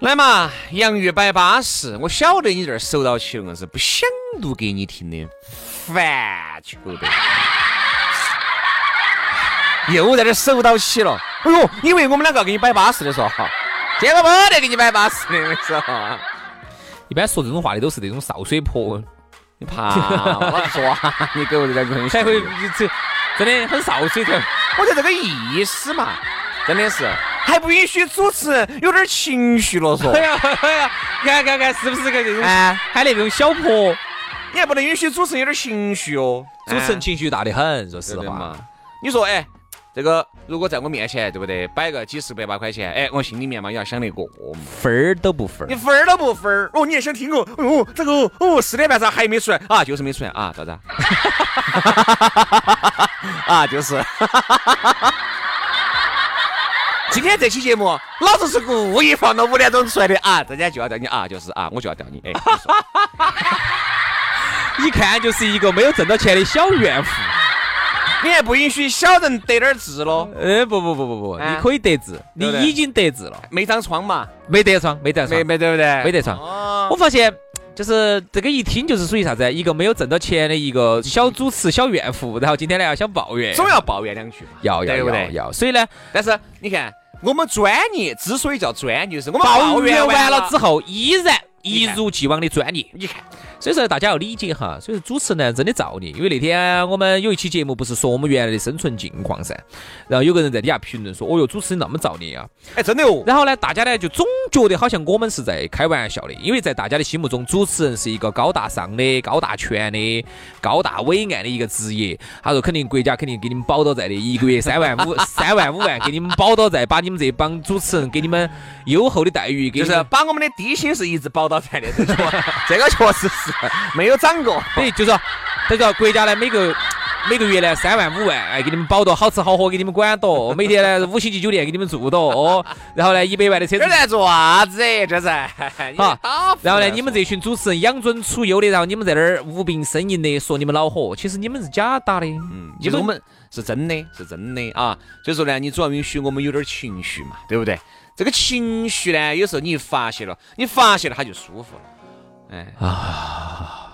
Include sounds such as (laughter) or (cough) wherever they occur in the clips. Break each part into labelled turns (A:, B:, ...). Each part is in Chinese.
A: 来嘛，洋芋摆巴适，我晓得你这儿手到起了，硬是不想读给你听的，烦求的。 (laughs) 又在这儿手到起了，哎呦，以为我们两个给你摆巴适的说哈，结果没得给你摆巴适的，我跟你说哈，
B: 一般说这种话的都是那种潲水 (laughs) 婆，
A: 你怕我抓你狗日的东西，
B: 才会这真的很潲水的。
A: 我就这个意思嘛，真的是还不允许主持人有点情绪了说
B: 哎，呀哎呀，看看看，是不是个这种哎
A: 哎，
B: 喊那种小婆，
A: 你还不能允许主持人有点情绪哦，
B: 主持人情绪大得很，说实
A: 对的
B: 话。
A: 嘛。你说，哎，这个如果在我面前，对不对？摆个几十百八块钱，哎，我心里面嘛也要想得过嘛。
B: 分儿都不分
A: 你分儿都不分儿，哦，你也想听哦？哦，这个哦哦，四点半咋还没出来啊？就是没出来啊，咋子啊？ (laughs) 啊，就是。 (laughs) 今天这期节目，老子是故意放到五点钟出来的啊！大家就要掉你啊，就是啊，我就要掉你，哎，你 (laughs) 说
B: 一看就是一个没有挣到钱的小怨妇。
A: 你还不允许小人得点儿志喽？
B: 哎，不不不不不，
A: 啊
B: 你可以得志，你
A: 对不对
B: 已经得志了，
A: 没长疮嘛？
B: 没得疮，没得哎
A: 没
B: 疮，
A: 没对不对？
B: 没得疮。
A: 哦
B: 我发现就是这个一听就是属于啥子，一个没有挣到钱的一个小主持、小怨妇，然后今天呢要想抱怨，
A: 总要抱怨两句嘛。
B: 哎要
A: 对
B: 要
A: 不
B: 要
A: 对
B: 要，所以呢，
A: 但是你看，我们专业之所以叫专业，就是我们
B: 抱怨完
A: 完
B: 了之
A: 后，
B: 后依然
A: 你
B: 一
A: 看
B: 如既往的专业。
A: 你看，
B: 所以说大家要理解哈，所以说主持人呢真的造孽，因为那天我们有一期节目不是说我们原来的生存境况噻，然后有个人在底下评论说，哦哟，主持人那么造孽啊，
A: 哎，真的哦，
B: 然后呢，大家呢就总觉得好像我们是在开玩笑的，因为在大家的心目中，主持人是一个高大上的、高大全的、高大伟岸的一个职业。他说，肯定国家肯定给你们保到在的，一个月 (laughs) 三万五、三万五万给你们保到在，把你们这帮主持人给你们优厚的待遇，给
A: 就
B: 你
A: 是啊
B: 们。
A: 把我们的低薪是一直保到在的，这个
B: (laughs)
A: 这个确实是没有涨过。
B: 对，就是说，这个国家呢，每个每个月呢三万五万，哎，给你们保到好吃好喝，给你们管到； (laughs) 每天呢五星级酒店给你们住到哦，然后呢一百万的车子
A: 这儿在做啥子？这是， (laughs) 你啊
B: 好
A: 打
B: 然后呢，你们这群主持人养尊处优的，然后你们在那儿无病呻吟的说你们恼火，其实你们是假打的。
A: 嗯，其实我们是真的，是真的啊。所以说呢，你总要允许我们有点情绪嘛，对不对？这个情绪呢，有时候你一发泄了，你发泄了，他就舒服了。哎啊，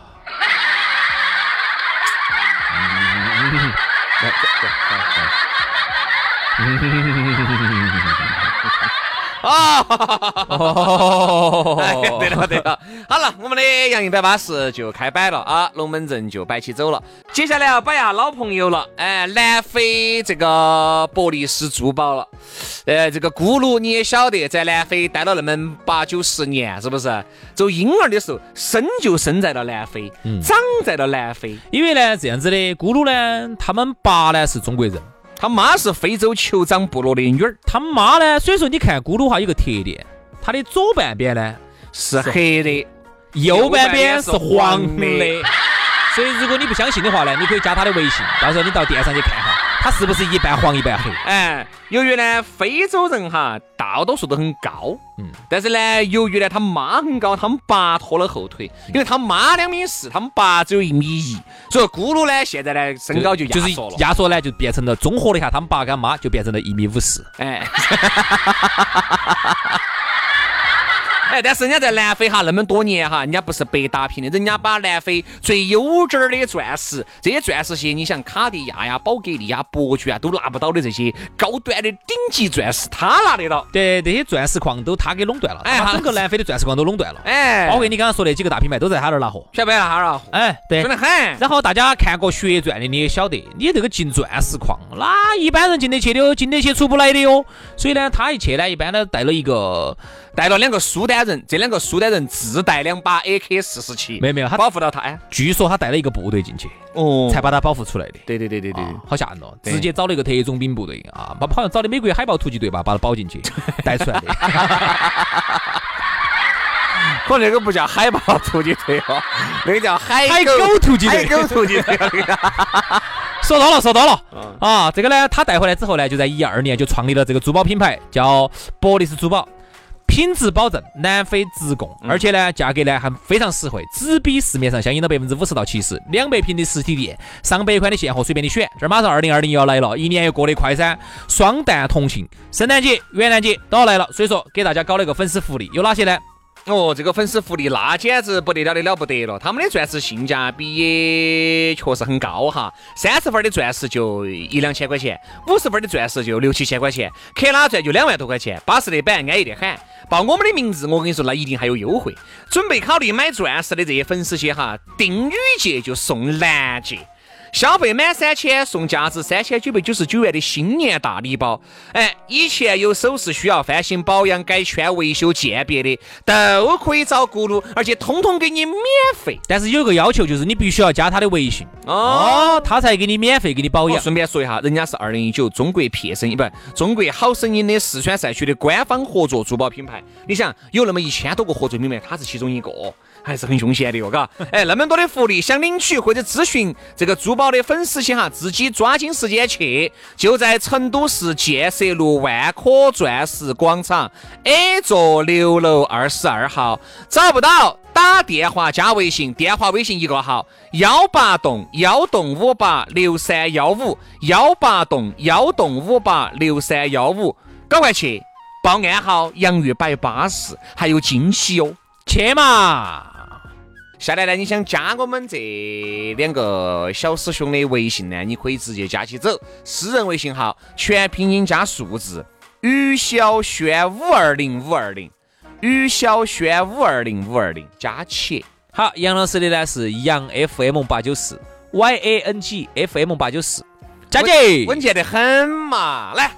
A: 哎呀对了对了，好了，我们的杨一百八十就开摆了啊，龙门阵就摆起走了。接下来要摆下老朋友了，哎，南非这个伯利斯珠宝了，呃，这个咕噜你也晓得，在南非待了那么八九十年，是不是？做婴儿的时候，生就生在了南非，长在了南非，
B: 因为呢，这样子的咕噜呢，他们爸呢是中国人，
A: 他妈是非洲酋长部落的女儿，
B: 他妈呢，所以说你看咕噜哈有个特点，它的左半边呢，
A: 是黑的。
B: 右半边是
A: 右半
B: 黄
A: 边是黄
B: 的
A: 的。
B: 所以如果你不相信的话呢，你可以加他的微信，到时候你到店上去看哈，他是不是一半黄一半黑？
A: 哎，由于呢，非洲人哈大多数都很高，嗯
B: 嗯，
A: 但是呢，由于呢他妈很高，他们爸拖了后腿，因为他妈两米四，他们爸只有一米一，所以咕噜呢现在呢身高就压
B: 就是
A: 缩了，
B: 压缩呢，就变成了综合了一下，他们爸跟他妈就变成了一米五四。
A: 哎， (laughs) 哎，但是人家在南非哈那么多年哈，人家不是白打拼的，人家把南非最优质儿的钻石，这些钻石些，你像卡地亚呀、宝格丽呀、伯爵啊，都拿不到的这些高端的顶级钻石，他拿得到。
B: 对，这些钻石矿都他给垄断了，
A: 哎
B: 他把
A: 好
B: 整个南非的钻石矿都垄断了，
A: 哎，
B: 包括你刚刚说那几个大品牌都在他那儿拿货。
A: 小白拿哈了，
B: 哎，对
A: 准。得很。
B: 然后大家看过《血钻》的，你也晓得，你这个进钻石矿，那一般人进得去的哟，进得去出不来的哟。所以呢，他一去呢，一般呢带了一个，
A: 带了两个苏丹人，这两个苏丹人自带两把 AK 四十七，
B: 没有没有他
A: 保护到他。哎，
B: 据说他带了一个部队进去，
A: 哦
B: 才把他保护出来的。
A: 对对对对对，
B: 啊好吓人哦！
A: 对
B: 直接找了一个特种兵部队啊，把好像找的美国海豹突击队吧，把他保进
A: (laughs)
B: 去，带出来的。
A: 哎可能那个不叫海豹突击队哦，那个叫海
B: 海狗突击队
A: 海狗 (laughs) 突击队哦。那个
B: 说到了，说到了啊！这个呢，他带回来之后呢，就在一二年就创立了这个珠宝品牌，叫博利斯珠宝，品质保证，南非直供，而且呢，价格呢还非常实惠，只比市面上相应的百分之五十到七十。两百平的实体店，上百款的现货随便你选。这儿马上二零二零要来了，一年又过得快噻，双旦同庆，圣诞节、元旦节都要来了，所以说给大家搞了一个粉丝福利，有哪些呢？
A: 哦，这个粉丝福利那简直不得了的了不得了，他们的钻石性价比也确实很高哈，三十分的钻石就一两千块钱，五十分的钻石就六七千块钱，克拉钻就两万多块钱，巴适的板，安逸的很。报我们的名字，我跟你说，那一定还有优惠。准备考虑买钻石的这些粉丝些哈，定女戒就送男戒。消费满三千送价值三千九百九十九元的新年大礼包。哎，以前有首饰需要翻新、保养、改圈、维修、鉴别的，都可以找咕噜，而且通通给你免费。
B: 但是有个要求，就是你必须要加他的微信
A: 哦
B: 哦，他才给你免费给你保
A: 我
B: 养。
A: 哦顺便说一下，人家是二零一九中国撇声音不是中国好声音的四川赛区的官方合作珠宝品牌。你想，有那么一千多个合作品牌，它是其中一个，还是很凶险的哟，嘎。哎，那么多的福利，想领取或者咨询这个珠宝的粉丝些哈，自己抓紧时间去，就在成都市建设路万科钻石广场 A 座六楼二十二号，找不到。打电话加微信，电话微信一个号：幺八栋幺栋五八六三幺五，幺八栋幺栋五八六三幺五，赶快去报暗号“洋芋摆巴士”，还有惊喜哦！
B: 去嘛！
A: 下来呢，你想加我们这两个小师兄的微信呢，你可以直接加起走，私人微信号全拼音加数字，于小轩五二零五二零，于小轩五二零五二零加起。
B: 好，杨老师的呢是杨 FM 八九四，Y A N G F M 八九四，加姐，
A: 稳健得很嘛。来，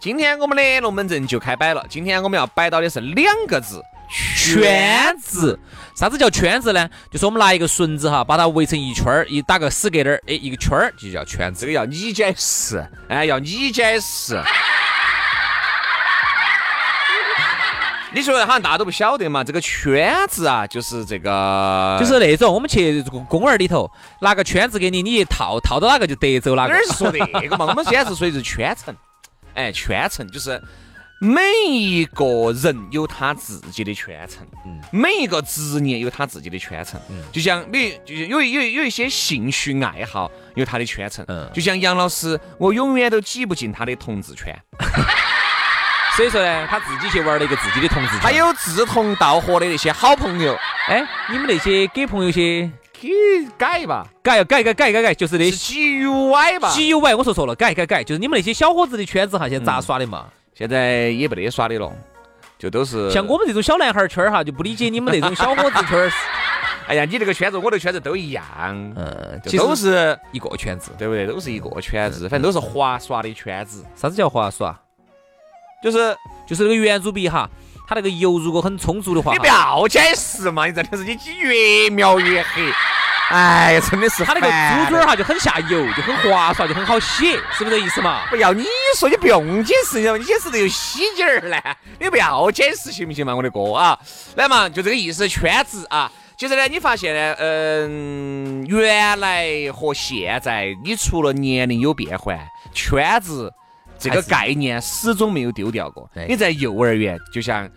A: 今天我们的龙门阵就开摆了。今天我们要摆到的是两个字，
B: 圈子。啥子叫圈子呢？就是我们拿一个绳子哈，把它围成一圈儿，一打个死格点儿，哎，一个圈儿就叫圈
A: 这
B: 子。
A: 个要你解释，哎，要你解释。你说的好像大家都不晓得嘛，这个圈子啊，就是这个，
B: 就是那种我们去公园儿里头拿个圈子给你，你一套套到哪个就得走哪
A: 哪
B: 个
A: 儿。是说那个嘛？我们现在是属于是圈层，哎，圈层就是每一个人有他自己的圈层，
B: 嗯
A: 每一个职业有他自己的圈层，就像你就是有有有一些兴趣爱好有他的圈层，
B: 嗯
A: 就像杨老师，我永远都挤不进他的同志圈，
B: 所以说呢，他自己去玩了一个自己的同志圈。
A: 他，有志同道合的那些好朋友，
B: 哎，你们那些给朋友些
A: 给改吧，
B: 改改改改改改，就是那
A: 是 G U Y 吧。嗯
B: G U Y，我说错了，改改改，就是你们那些小伙子的圈子哈，现在咋耍的嘛？
A: 现在也没得耍的了，就都是
B: 像我们这种小男孩儿圈儿哈，就不理解你们那种小伙子圈 (laughs) 儿，
A: 哎呀，你这个圈子，我这个圈子都一样，
B: 嗯，
A: 就都是
B: 一个圈子。
A: 对不对？都是一个圈子，反正都是滑耍的圈子，
B: 啥子叫滑耍？
A: 就是
B: 就是那个圆珠笔哈，它那个油如果很充足的话
A: 你
B: 哈，
A: 不要解释嘛，你真的是你越描越黑，哎呀，真的是
B: 它那个
A: 烦
B: 珠珠儿哈就很下油，就很滑耍，就很好洗，是不是这意思嘛？
A: 不要你说你不用解释，你知道吗你解释的有稀劲儿呢，你不要解释行不行嘛，我的哥啊，来嘛，就这个意思，圈子啊。其实呢，你发现呢，嗯，原来和现在，你除了年龄有变换，圈子这个
B: 还是
A: 概念始终没有丢掉过
B: 对。
A: 你在幼儿园，就像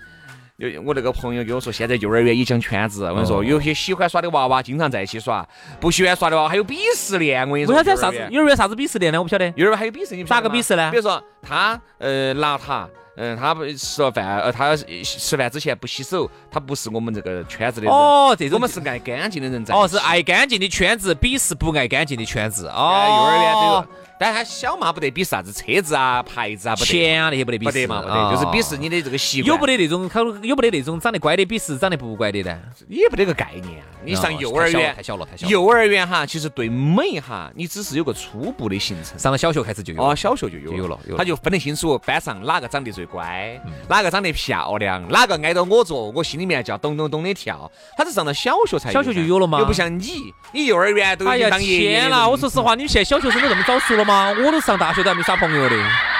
A: 有我那个朋友跟我说，现在幼儿园也讲圈子。我跟你说，
B: 哦
A: 有些喜欢耍的娃娃经常在一起耍，不喜欢耍的娃娃还有鄙视链。我跟你说，
B: 为啥子要啥子
A: 幼儿园
B: 幼儿园啥子鄙视链呢？我不晓得。
A: 幼儿园还有鄙视，你不晓
B: 咋
A: 得
B: 个
A: 吗
B: 鄙视呢
A: 比如说他呃邋遢，嗯，他不吃了饭，呃，他吃饭之前不洗手，他不是我们这个圈子的人。
B: 哦，这种
A: 我们是爱干净的人在一起。
B: 哦是爱干净的圈子鄙视不爱干净的圈子哦。
A: 哎幼儿园这个，但他小嘛不得比啥子车子啊、牌子啊不得，
B: 钱啊那些不得鄙
A: 不
B: 视，
A: 得嘛不
B: 啊
A: 得，就是鄙视。你的这个习惯。
B: 有不得那种，有不得那种长得乖的鄙视长得不乖的呢？
A: 也不得个概念啊！你上幼儿园
B: 太哦小了太小了太小了
A: 幼儿园哈，其实对美哈，你只是有个初步的形成。
B: 上了小学开始就有
A: 哦，
B: 了。
A: 小学就有
B: 就有了嗯有了
A: 他就分得清楚班上哪个长得最乖，哪个长得漂亮，哪个挨到我坐，我心里面叫咚咚咚的跳。啊他是上了小学才
B: 小学就有了吗
A: 又不像你，你幼儿园都
B: 哎
A: 已经
B: 呀
A: 当爷爷
B: 天
A: 了
B: 啦！。我说实话，你们现在小学生都这么早熟了吗？我都上大学都还没耍朋友的，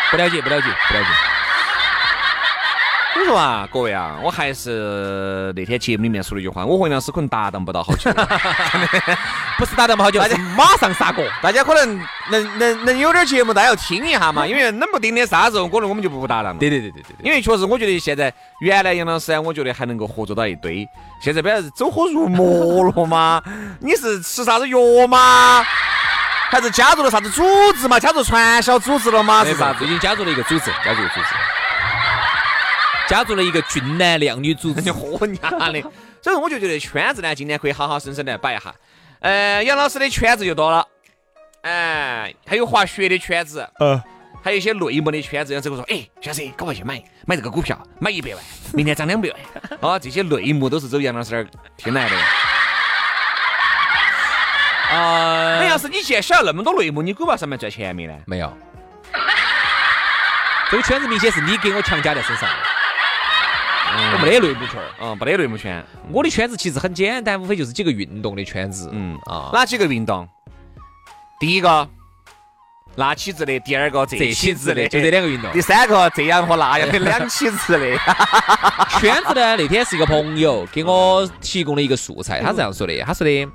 B: 不了解不了解不了解。
A: 我说啊，各位啊，我还是那天节目里面说了一句话，我和杨老师可能搭档不到好久， (laughs)
B: 不是打得不好久，是马上杀锅。
A: 大家可能能能能有点节目，大家要听一下嘛，因为冷不丁的啥时候，可能我们就不搭档了。
B: 对对对对对对。
A: 因为确实，我觉得现在原来杨老师啊，我觉得还能够合作到一堆，现在不晓得是走火入魔了吗？你是吃啥子药吗？还是加入了啥子组织嘛？加入传销组织了吗？是啥
B: 哎
A: 子？
B: 最近加入了一个组织，加入一个组织，加入了一个俊男靓女
A: (laughs)
B: 组
A: 你
B: 织。
A: 喝你丫的！所以说，我就觉得圈子呢，今天可以好好生生来摆一下。呃，杨老师的圈子就多了，哎、还有滑雪的圈子，
C: 呃，
A: 还有一些内幕的圈子，然后跟我说，哎，先生，赶快去买买这个股票，买一百万，明天涨两百万。啊，这些内幕都是走杨老师那儿听来的。那
B: 呃，
A: 哎要是你现在晓得那么多内幕，你股票上面赚钱没呢？
B: 没有。这个圈子明显是你给我强加在身上的，我没得内幕圈儿。
A: 嗯，没得内幕圈。
B: 我的圈子其实很简单，无非就是几个运动的圈子。
A: 嗯
B: 啊，
A: 哪几个运动？第一个那起子的，第二个这
B: 这
A: 起
B: 些
A: 子
B: 子
A: 的，
B: 的就这两个运动
A: 第。三个这样和那样的两起子的。
B: 圈子呢，那天是一个朋友给我提供了一个素材，他是这样说的，他说的，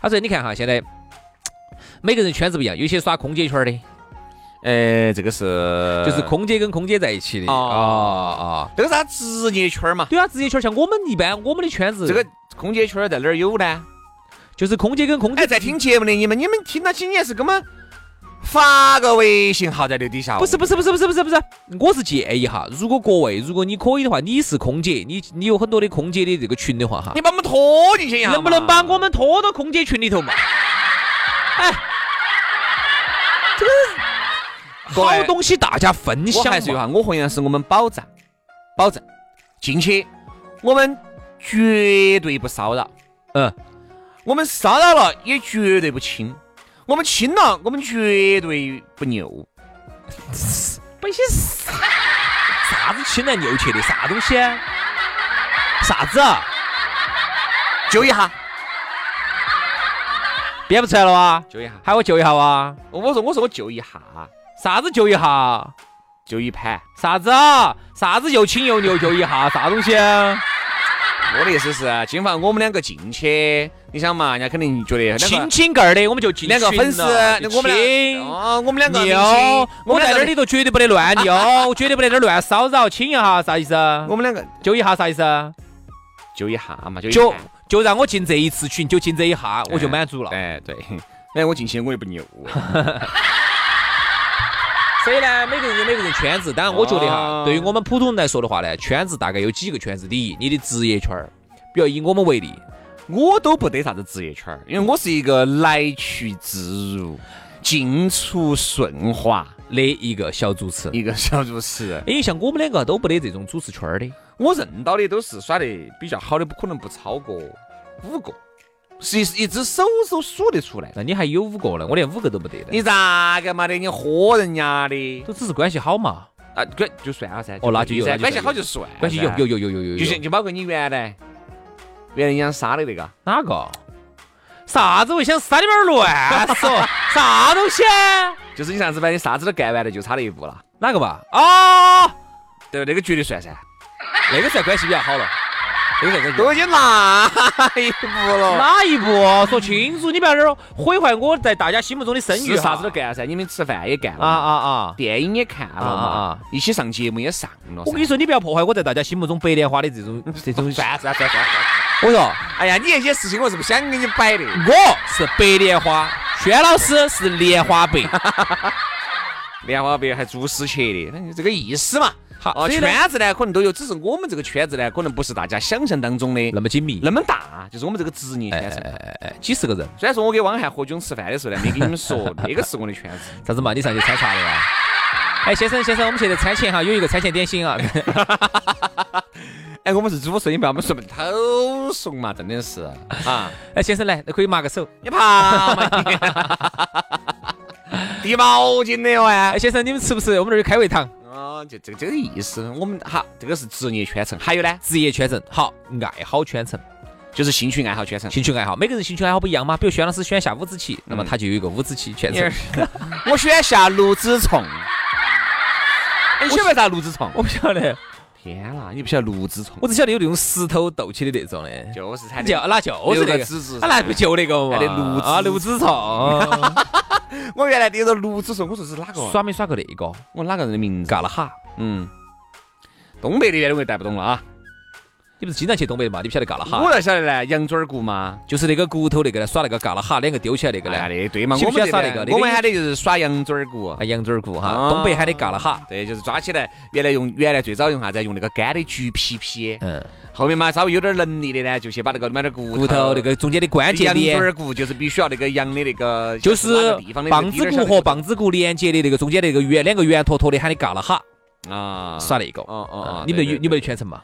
B: 他说你看哈，现在每个人圈子不一样，有些耍空姐圈的，
A: 嗯呃，这个是
B: 就是，空姐跟空姐在一起的
A: 哦
B: 啊啊。
A: 这个是他职业圈嘛。
B: 对啊，职业圈像我们一般，我们的圈子
A: 这个空姐圈在哪儿有呢？
B: 就是空姐跟空姐
A: 哎，在听节目的你们，你们听到起你也是给我们发个微信号在这底下。
B: 不是不是不是不是不是不是，我是建议哈，如果各位如果你可以的话，你是空姐，你你有很多的空姐的这个群的话哈
A: 你，把我们拖进去一下嘛，
B: 能不能把我们拖到空姐群里头嘛？哎，这
A: 各
B: 个
A: 位
B: 好东西大家分
A: 我
B: 享
A: 还是有
B: 嘛。
A: 哈，我和杨是我们保障，保障进去，我们绝对不骚扰，
B: 嗯，
A: 我们骚扰了也绝对不亲，我们亲了我们绝对不牛。
B: 不些啥子亲来牛去的啥东西啊？啥子啊？
A: 揪一下，
B: 编不出来了哇？
A: 揪一下。
B: 喊我救一下哇？
A: 我说我说我揪一下，
B: 啥子救一下？
A: 揪一盘。
B: 啥子啊？啥子又亲又牛又一下？啥东西啊？
A: 我的意思是，今晚我们两个进去，你想嘛，人家肯定觉得两
B: 亲
A: 个
B: 亲个儿的，我们就进
A: 两个粉丝，我们
B: 亲
A: 俩哦，我们两个哦明星
B: 牛，我在这里头绝对不得乱
A: (laughs)
B: 扭，绝对不得在这儿乱骚扰，亲一下啥意思？
A: 我们两个
B: 揪一下啥意思？
A: 揪一下嘛，揪一
B: 就
A: 盘
B: 就让我进这一次群，就进这一下，我就满足了。
A: 哎，对， (laughs) 哎，我进去我也不牛。啊
B: 所以呢，每个人有每个人圈子，当然我觉得哈
A: 哦，
B: 对于我们普通人来说的话呢，圈子大概有几个圈子。第一，你的职业圈儿，比如以我们为例，
A: (laughs) 我都不得啥子职业圈儿，因为我是一个来去自如、进出顺滑
B: 的一个小主持，
A: 一个小主持 (laughs) 人。
B: 因为像我们两个都不得这种主持圈儿的。
A: 我认到的都是耍得比较好的，不可能不超过五个，是一一只手手数得出来的。
B: 那你还有五个呢，我连五个都不得的。
A: 你咋个嘛的？你喝人家的
B: 都只是关系好嘛，
A: 啊？关就算了噻。
B: 哦那就有
A: 噻，
B: 那就
A: 关系
B: 有
A: 好就算噻。
B: 关系有有有有有有
A: 就像
B: 有
A: 就包括你原来原来养沙的那个，
B: 哪个？啥子？我想撒里边儿乱啊
A: (laughs)
B: 说，啥东西？
A: 啊就是你上次把你啥子都干完了，就差那一步了，
B: 哪个吧？啊，
A: 对，那个绝对算噻。
B: 那个算关系比较好了，那个算关系比较好。
A: 都已经那一步了。
B: 哪一步？说清楚，你不要在这儿毁坏我在大家心目中的声誉
A: 是
B: 哈。
A: 啥子都干了噻，你们吃饭也干了
B: 啊
A: 嘛，
B: 啊啊！
A: 电影也看了
B: 啊啊
A: 嘛
B: 啊，
A: 一起上节目也上了噻。
B: 我跟你说，你不要破坏我在大家心目中白莲花的这 (laughs) 种这种。
A: 算算算算算，
B: 我说，
A: 哎呀，你那些事情我是不想给你摆
B: (laughs)
A: 的。
B: 我是白莲花，轩老师是莲花白。
A: 莲花白还猪屎壳的，反正就这个意思嘛。
B: 好
A: 啊，
B: 所以呢
A: 圈子呢可能都有，只是我们这个圈子呢，可能不是大家想象当中的
B: 那么紧密，
A: 那么大，就是我们这个职业圈子。
B: 哎几十个人，
A: 虽然说我给汪涵何炅吃饭的时候呢，没跟你们说，那个是我的圈子。 (laughs)
B: 啥子嘛？你上去猜茶的呀？ (laughs) 哎，先生先生，我们现在餐前哈有一个餐前点心啊， (laughs)
A: 哎，我们是主持人，不要我们说不偷怂嘛，真的是啊，
B: 哎先生来，可以抹个手。
A: 你怕嘛你？ (laughs) 递毛巾的哟哎
B: 哎，。先生你们吃不吃？我们这儿有开胃堂，
A: 哦，就这个这个意思。我们哈，这个是职业圈层，还有呢，
B: 职业圈层，好，爱好圈层，
A: 就是兴趣爱好圈层。
B: 兴趣爱好，每个人兴趣爱好不一样嘛。比如轩老师喜欢下五子棋，那么他就有一个五子棋圈层。
A: 我选下泸子虫。哎，你晓不晓得啥泸子虫？
B: (laughs) 我不晓得，
A: 天啦，你不晓得泸子虫？
B: 我只晓得有那种石头斗起的那种 (laughs) 的，
A: 就是他
B: 就那就是
A: 留个
B: 那个
A: 子子
B: (laughs) 啊那不就那个嘛？
A: 还得泸子
B: 啊，泸子虫。
A: 我原来听说泸子虫，我说是哪
B: (laughs)
A: 个啊？
B: 耍没耍过那个？
A: 我哪个人的名字？
B: 嘎啦哈，
A: 嗯，东北那边的我就带不懂了啊。
B: 你不是经常去东北嘛？你不晓得嘎啦
A: 我
B: 哈？
A: 要晓得呢，羊爪儿骨嘛，
B: 就是那个骨头那个来耍那个嘎啦哈，两个丢起来那个
A: 哎呀，
B: 呢？
A: 那对嘛，
B: 喜
A: 我
B: 不喜
A: 们
B: 欢耍
A: 这
B: 那
A: 边
B: 个那
A: 我
B: 个
A: 们
B: 也
A: 喊的就是耍羊爪儿骨。
B: 啊，羊嘴骨
A: 啊
B: 哈，东北喊的嘎啦哈。
A: 对，就是抓起来，原来用原来最早用啥子啊？用那个干的橘皮皮，
B: 嗯，
A: 后面嘛稍微有点能力的呢，就去把那个买点骨
B: 骨头那个中间的关节
A: 羊
B: 点
A: 嘴。儿骨，就是必须要那个羊的那个，
B: 就是
A: 哪个地方的
B: 棒子骨和棒子骨连接的那个中间那个圆两个圆坨坨的喊的嘎啦哈，
A: 啊，
B: 耍那个。
A: 哦哦哦
B: 你们
A: 对对
B: 有你们有全程嘛？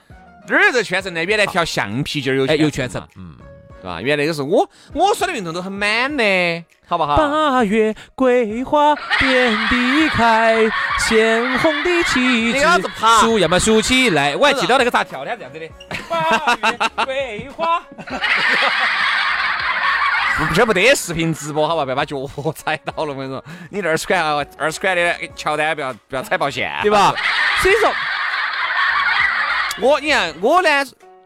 A: 哪儿这圈层呢？原来跳橡皮筋儿有
B: 哎，有全
A: 圈
B: 程
A: 嘛，
B: 嗯。
A: 对吧？原来就是我我耍的运动都很满的，好不好？
B: 八月桂花遍地开，鲜红的旗
A: 你
B: 帜
A: 给老子爬，
B: 竖要么竖起来。我还记到那个咋跳的，
A: 的这样子的，
B: 八月桂花。
A: 不这不得视频直播，好吧？不要把脚踩到了，我跟你说，你这二十块啊，二十块的乔丹不要不要踩爆线，
B: 对吧？
A: 所以说，我你看我呢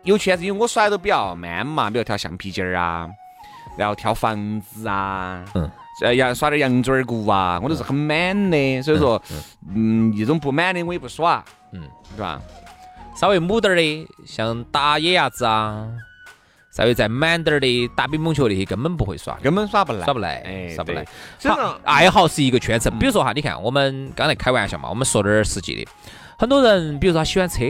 A: 有圈子，因为我耍的都比较 man 嘛，比如跳橡皮筋儿啊，然后跳房子啊，
B: 嗯
A: 嗯。呃，羊耍点羊嘴儿骨啊，我都是很 man 的，所以说，嗯，一种不 man 的我也不耍，
B: 嗯
A: 嗯，对吧？
B: 稍微母点儿的，像打野鸭子啊，稍微再满点儿的打乒乓球那些根本不会耍，
A: 根本耍不来，
B: 耍不来，
A: 哎，
B: 耍不来
A: 对。。嗯所以
B: 好
A: 说，
B: 爱好是一个圈层。比如说哈，你看我们刚才开玩笑嘛，我们说点儿实际的。很多人，比如说他喜欢车，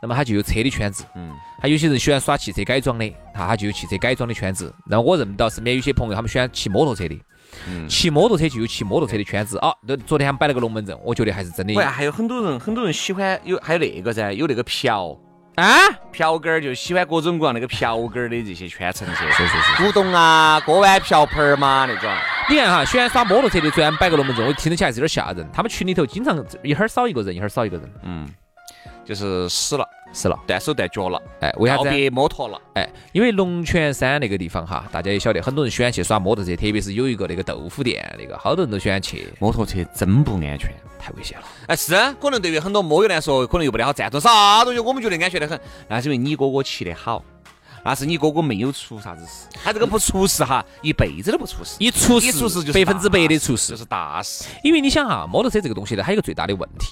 B: 那么他就有车的圈子；
A: 嗯，
B: 还有些人喜欢耍汽车改装的，他他就有汽车改装的圈子。然后我认到身边有些朋友，他们喜欢骑摩托车的，
A: 嗯
B: 骑摩托车就有骑摩托车的圈子啊。那昨天他们摆了个龙门阵，我觉得还是真的
A: 喂，还有很多人，很多人喜欢有，还有那个噻，有那个瓢，
B: 啊。
A: 瓢羹儿就喜欢各种各样那个瓢羹儿的这些圈层些，是是是，古董啊，锅碗瓢盆儿嘛那种，
B: 你看哈，喜欢耍摩托车的，昨天摆个龙门阵，我听得起来是有点吓人。他们群里头经常一会儿少一个人，一会儿少一个人，
A: 嗯，就是死了，
B: 是了。
A: 断手断脚了，
B: 哎，为啥
A: 告
B: 子呢？
A: 别摩托了，
B: 哎，因为龙泉山那个地方哈，大家也晓得，很多人喜欢去耍摩托车，特别是有一个那个豆腐店，那个好多人都喜欢去，
A: 摩托车真不安全。
B: 太危险了。
A: 哎，是，可能对于很多摩友来说，可能又不得好赞同，啥东西我们觉得安全得很，那是因为你哥哥骑得好，那是你哥哥没有出啥子事，他这个不出事哈，一辈子都不出事。
B: 一出
A: 一
B: 事，
A: 出事就是
B: 百分之百的出
A: 就
B: 事
A: 是。大事。
B: 因为你想哈，摩托车这个东西呢，它有一个最大的问题，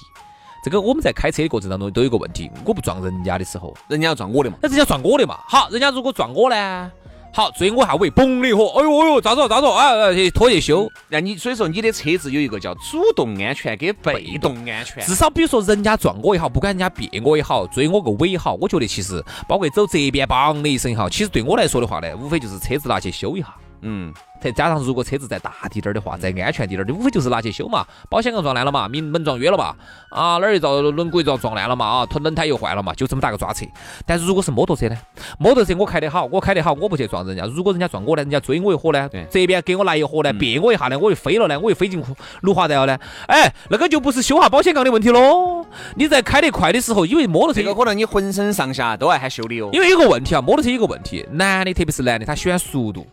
B: 这个我们在开车的过程当中都有一个问题，我不撞人家的时候，
A: 人家要撞我的嘛，
B: 那人家撞我的嘛。好，人家如果撞我呢，好追我一下尾，嘣的一伙，哎呦哎呦，咋着咋着啊，哎拖一修。
A: 那你所以说你的车子有一个叫主动安全跟被动安全。
B: 至少比如说人家撞我也好，不管人家别我也好，追我个尾也好，我觉得其实包括走这边梆的一声也好，其实对我来说的话呢，无非就是车子拿去修一下。
A: 嗯，
B: 再加上如果车子再大滴点儿的话，再安全滴点儿的，无非就是拿去修嘛，保险杠撞烂了嘛，门门撞约了嘛，啊哪儿一遭轮毂一遭撞烂了嘛，啊轮轮胎又坏了嘛，就这么大个抓扯。但是如果是摩托车呢，摩托车我开得好，我开得好，我不去撞人家。如果人家撞我呢，人家追我一伙呢
A: 对，嗯
B: 这边给我来一伙呢，别我一下呢，我又飞了呢，我又飞进路华带了呢，哎，那个就不是修下保险杠的问题喽。你在开得快的时候，因为摩托车
A: 这个可能你浑身上下都要喊修理哦。
B: 因为有个问题啊，摩托车有个问题，男的特别是男的，他喜欢速度。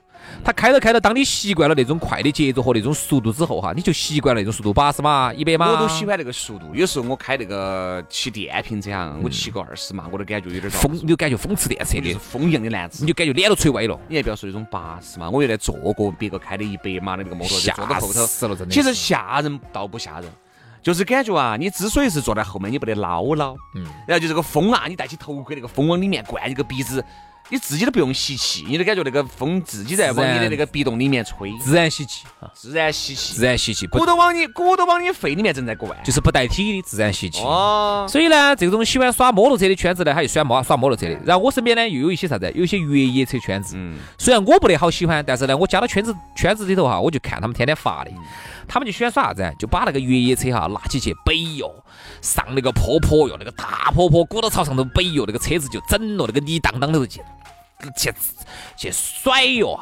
B: 他开着开着，当你习惯了那种快的节奏和那种速度之后哈，你就习惯了那种速度，八十码、一百码。
A: 我都喜。欢那个速度，有时候我开那个骑电瓶车啊，我骑个二十嘛，我都感觉有点儿遭
B: 风，你就感觉风驰电
A: 我
B: 掣
A: 就是
B: 的，
A: 风一样的男子
B: 你。就感觉脸都吹歪了，
A: 你还不要说那种八十嘛，我原来坐过别个开的一百码的那个摩托车，
B: 吓
A: 坐到后头，
B: 死了，真的。
A: 其实吓人倒不吓人，就是感觉啊，你之所以是坐在后面，你不得唠唠，
B: 嗯
A: 嗯，然后就这个风啊，你戴起头盔，那个风往里面灌，这个鼻子你自己都不用吸气，你都感觉那个风自己在往你的那个鼻洞里面吹，
B: 自然吸气，
A: 自然吸气
B: 自，然吸气，不
A: 骨头往你骨头往你肺里面正在灌。
B: 就是不带体的自然吸气。
A: 哦，
B: 所以呢，这种喜欢耍摩托车的圈子呢，他就喜欢摩耍摩托车的。然后我身边呢，又有一些啥子，有一些越野车圈子。
A: 嗯，
B: 虽然我不得好喜欢，但是呢，我加到圈子圈子里头哈，我就看他们天天发的，他们就喜欢耍啥子？就把那个越野车哈拿起去背哟，上那个坡坡哟，那个大坡坡，鼓到朝上头背哟，那个车子就整了，那个泥当当头去去去甩哟。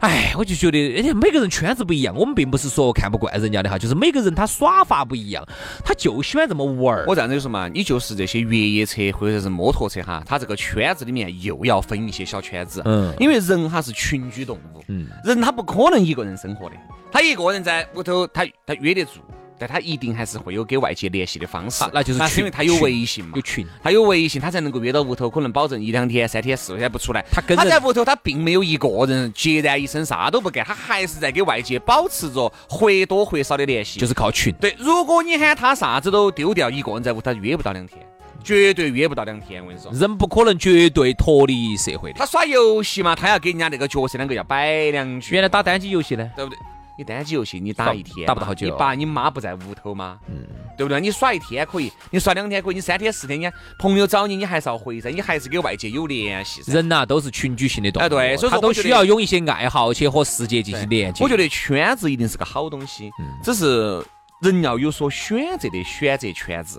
B: 哎，我就觉得，哎，每个人圈子不一样，我们并不是说看不惯人家的哈，就是每个人他耍法不一样，他就喜欢这么玩儿。
A: 我这样子就说嘛，啊你就是这些越野车或者是摩托车哈，它这个圈子里面又要分一些小圈子，
B: 嗯
A: 因为人哈是群居动物，
B: 嗯
A: 人他不可能一个人生活的，他一个人在屋头，他他约得住，但他一定还是会有跟外界联系的方式
B: 啊，那就是
A: 因
B: 群
A: 为他有
B: 群
A: 微信嘛嗯
B: 有，群，
A: 他有微信，他才能够约到屋头，可能保证一两天、三天、四天不出来。
B: 他跟
A: 他
B: 人
A: 在屋头，他并没有一个人孑然一身，啥都不干，他还是在跟外界保持着或多或少的联系。
B: 就是靠群。
A: 对，如果你喊他啥子都丢掉，一个人在屋，他约不到两天，绝对约不到两天。我跟你说，
B: 人不可能绝对脱离社会的。
A: 他耍游戏嘛，他要给人家那个角色两个要摆两局，
B: 原来打单机游戏呢，
A: 对不对？你单机游戏你打
B: 打
A: 一天
B: 打不
A: 嘛
B: 到好久
A: 你爸你妈不在屋头吗？嗯，对不对？你耍一天可以，你耍两天可以，你三天四天，你朋友找你，你还是要回噻，你还是跟外界有联系噻。
B: 人呐、都是群居性的动物，
A: 哎对所以说
B: 他都
A: 我觉得
B: 需要有一些爱好去和世界进行连接。
A: 我觉得圈子一定是个好东西，
B: 嗯
A: 只是人要有所选择的选择圈子，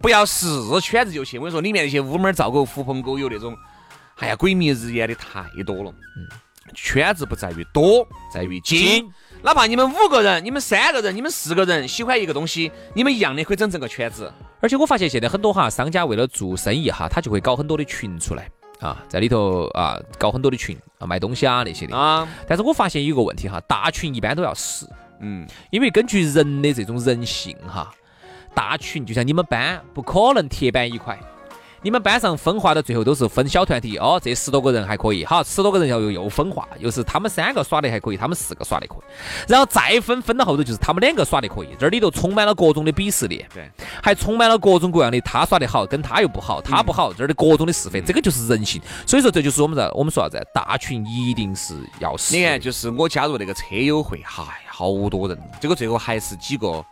A: 不要是圈子就去。我跟你说，里面那些乌猫造狗、狐朋狗友那种，哎呀，鬼迷日眼的太多了。
B: 嗯
A: 圈子不在于多，在于精。哪怕你们五个人、你们三个人、你们四个人喜欢一个东西，你们一样的可以整整个圈子。
B: 而且我发现现在很多哈商家为了做生意哈，他就会搞很多的群出来啊，在里头啊搞很多的群啊卖东西啊那些的。
A: 啊，
B: 但是我发现有个问题哈，大群一般都要死，
A: 嗯，
B: 因为根据人的这种人性哈，大群就像你们班不可能铁板一块。你们班上分化到最后都是分小团体哦，这十多个人还可以，好，十多个人又又分化，又是他们三个耍的还可以，他们四个耍的可以，然后再分分到后头就是他们两个耍的可以，这里头充满了各种的鄙视链，
A: 对，嗯
B: 还充满了各种各样的他耍的好，跟他又不好，他不好，这儿的各种的是非，这个就是人性，所以说这就是我们在我们说啥子，大群一定是要死的，
A: 你看，就是我加入那个车友会，嗨，好多人，结果最后还是几个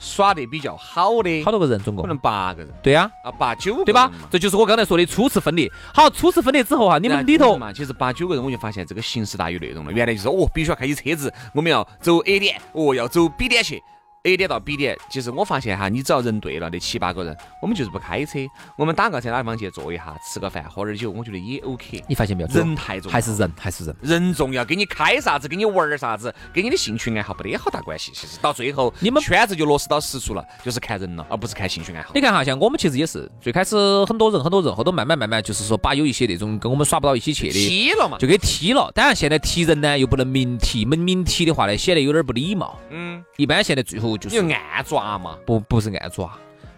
A: 耍得比较好的，
B: 好多个人总共
A: 可，能八个人。
B: 对呀、
A: 啊，八九个
B: 对吧
A: 人嘛？
B: 这就是我刚才说的初次分裂。好，初次分裂之后哈，你
A: 然
B: 们
A: 后
B: 里
A: 就是
B: 头
A: 嘛，其实八九个人我就发现这个形式大于内容了。原来就是哦，必须要开起车子，我们要走 A 点，哦要走 B 点去，A 点到 B 点。其实我发现哈，你只要人对了，那七八个人，我们就是不开车，我们打个在哪地方去坐一下，吃个饭，喝点酒，我觉得也 OK。
B: 你发现没有？
A: 人太重要，
B: 还是人，还是人。
A: 人重要，跟你开啥子，跟你玩儿啥子，跟你的兴趣爱好没得好大关系。其实到最后，
B: 你们
A: 圈子就落实到实处了，就是看人了，而不是看兴趣爱好
B: 你。看哈，像我们其实也是最开始很多人，很多人，后头慢慢慢慢就是说把有一些那种跟我们耍不到一起去的，
A: 踢了嘛，
B: 就给踢了。当然现在踢人呢又不能明踢，明明踢的话呢显得有点不礼貌。
A: 嗯，
B: 一般现在最后就
A: 你就是暗抓嘛，
B: 不不是暗抓，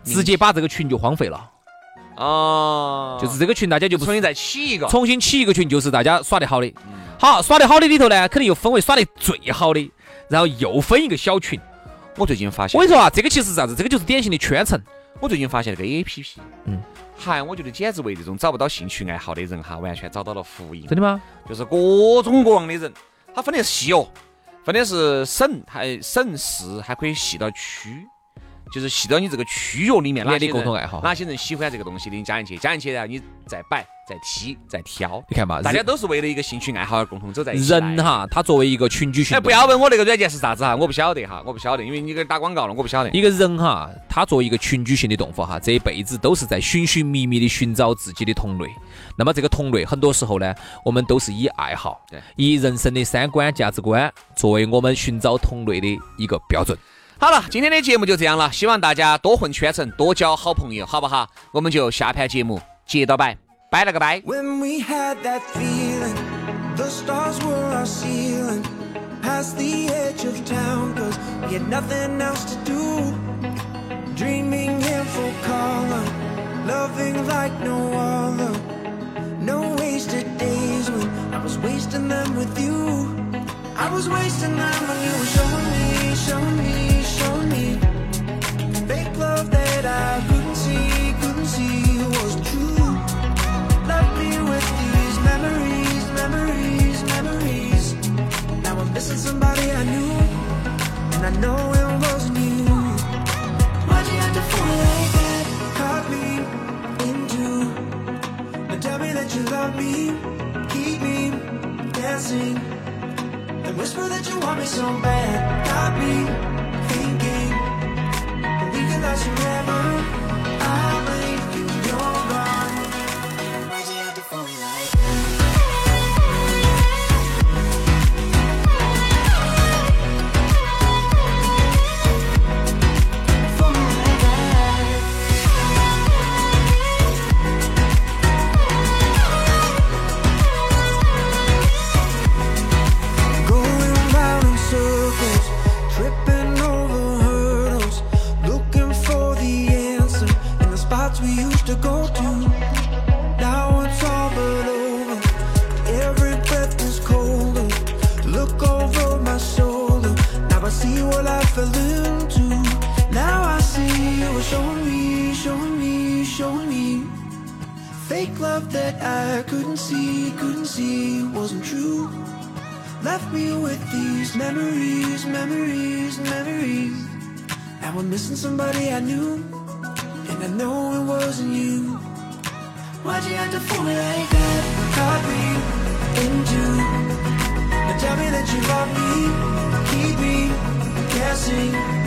A: 嗯
B: 直接把这个群就荒废了，
A: 啊，
B: 就是这个群大家就不
A: 重新再嗯起一个。
B: 重新起一个群，就是大家耍得好的。好，耍得好的里头呢，肯定又分为耍得最好的，然后又分一个小群。
A: 我最近发现，
B: 我
A: 我
B: 跟你说啊，这个其实是啥子？这个就是典型的圈层。
A: 我最近发现那个 A P P，
B: 嗯
A: 嗯，嗨，我觉得简直为这种找不到兴趣爱好的人哈，完全找到了福音。
B: 的吗？
A: 就是各种各样的人，他分得细哦，分的是省，还省市，还可以细到区，就是细到你这个区域里面哪
B: 你
A: 些
B: 的共同
A: 人，
B: 爱好。
A: 哪些人喜欢这个东西的，你加进去，加进去然后你再摆、再踢、再挑，
B: 你看嘛，
A: 大家
B: 人
A: 都是为了一个兴趣爱好而共同走在一起来的。
B: 人哈，他作为一个群居性，
A: 哎，不要问我那个软件是啥子哈，我不晓得哈，我不晓得，因为你给打广告了，我不晓得。
B: 一个人哈，他作为一个群居性的动物哈，这一辈子都是在寻寻觅觅的寻找自己的同类。那么这个同类，很多时候呢，我们都是以爱好
A: 对、
B: 以人生的三观、价值观作为我们寻找同类的一个标准。
A: 好了，今天的节目就这样了，希望大家多混圈层，多交好朋友，好不好？我们就下盘节目接着摆，拜了个拜。
D: When we had that feeling, the stars were our ceiling. Past the edge of town, cause we had nothing else to do. Dreaming in full color, loving like no other. No wasted days when I was wasting them with you. I was wasting them when you were showing me, showing me, showing me. Fake love that I couldn't see, couldn't see was true. Left me with these memories. I know it wasn't you. Why'd you have to fall like that? Caught me in two. But tell me that you love me, keep me dancing, and whisper that you want me so bad. Got me thinking that we could last forever. I believe you, you're gone. Why'd you have to fall like that? Going round in circles, tripping over hurdles, looking for the answer in the spots we used to go to. Now it's all but over. Every breath is colder. Look over my shoulder. Now I see what I fell into. Now I see you were showing me, showing me, showing me. Fake love that I couldn't see, couldn't see wasn't true. Left me with these memories, memories, memories. I was missing somebody I knew, and I know it wasn't you. Why'd you have to fool me like that? Caught me in June. Now tell me that you love me, keep me guessing.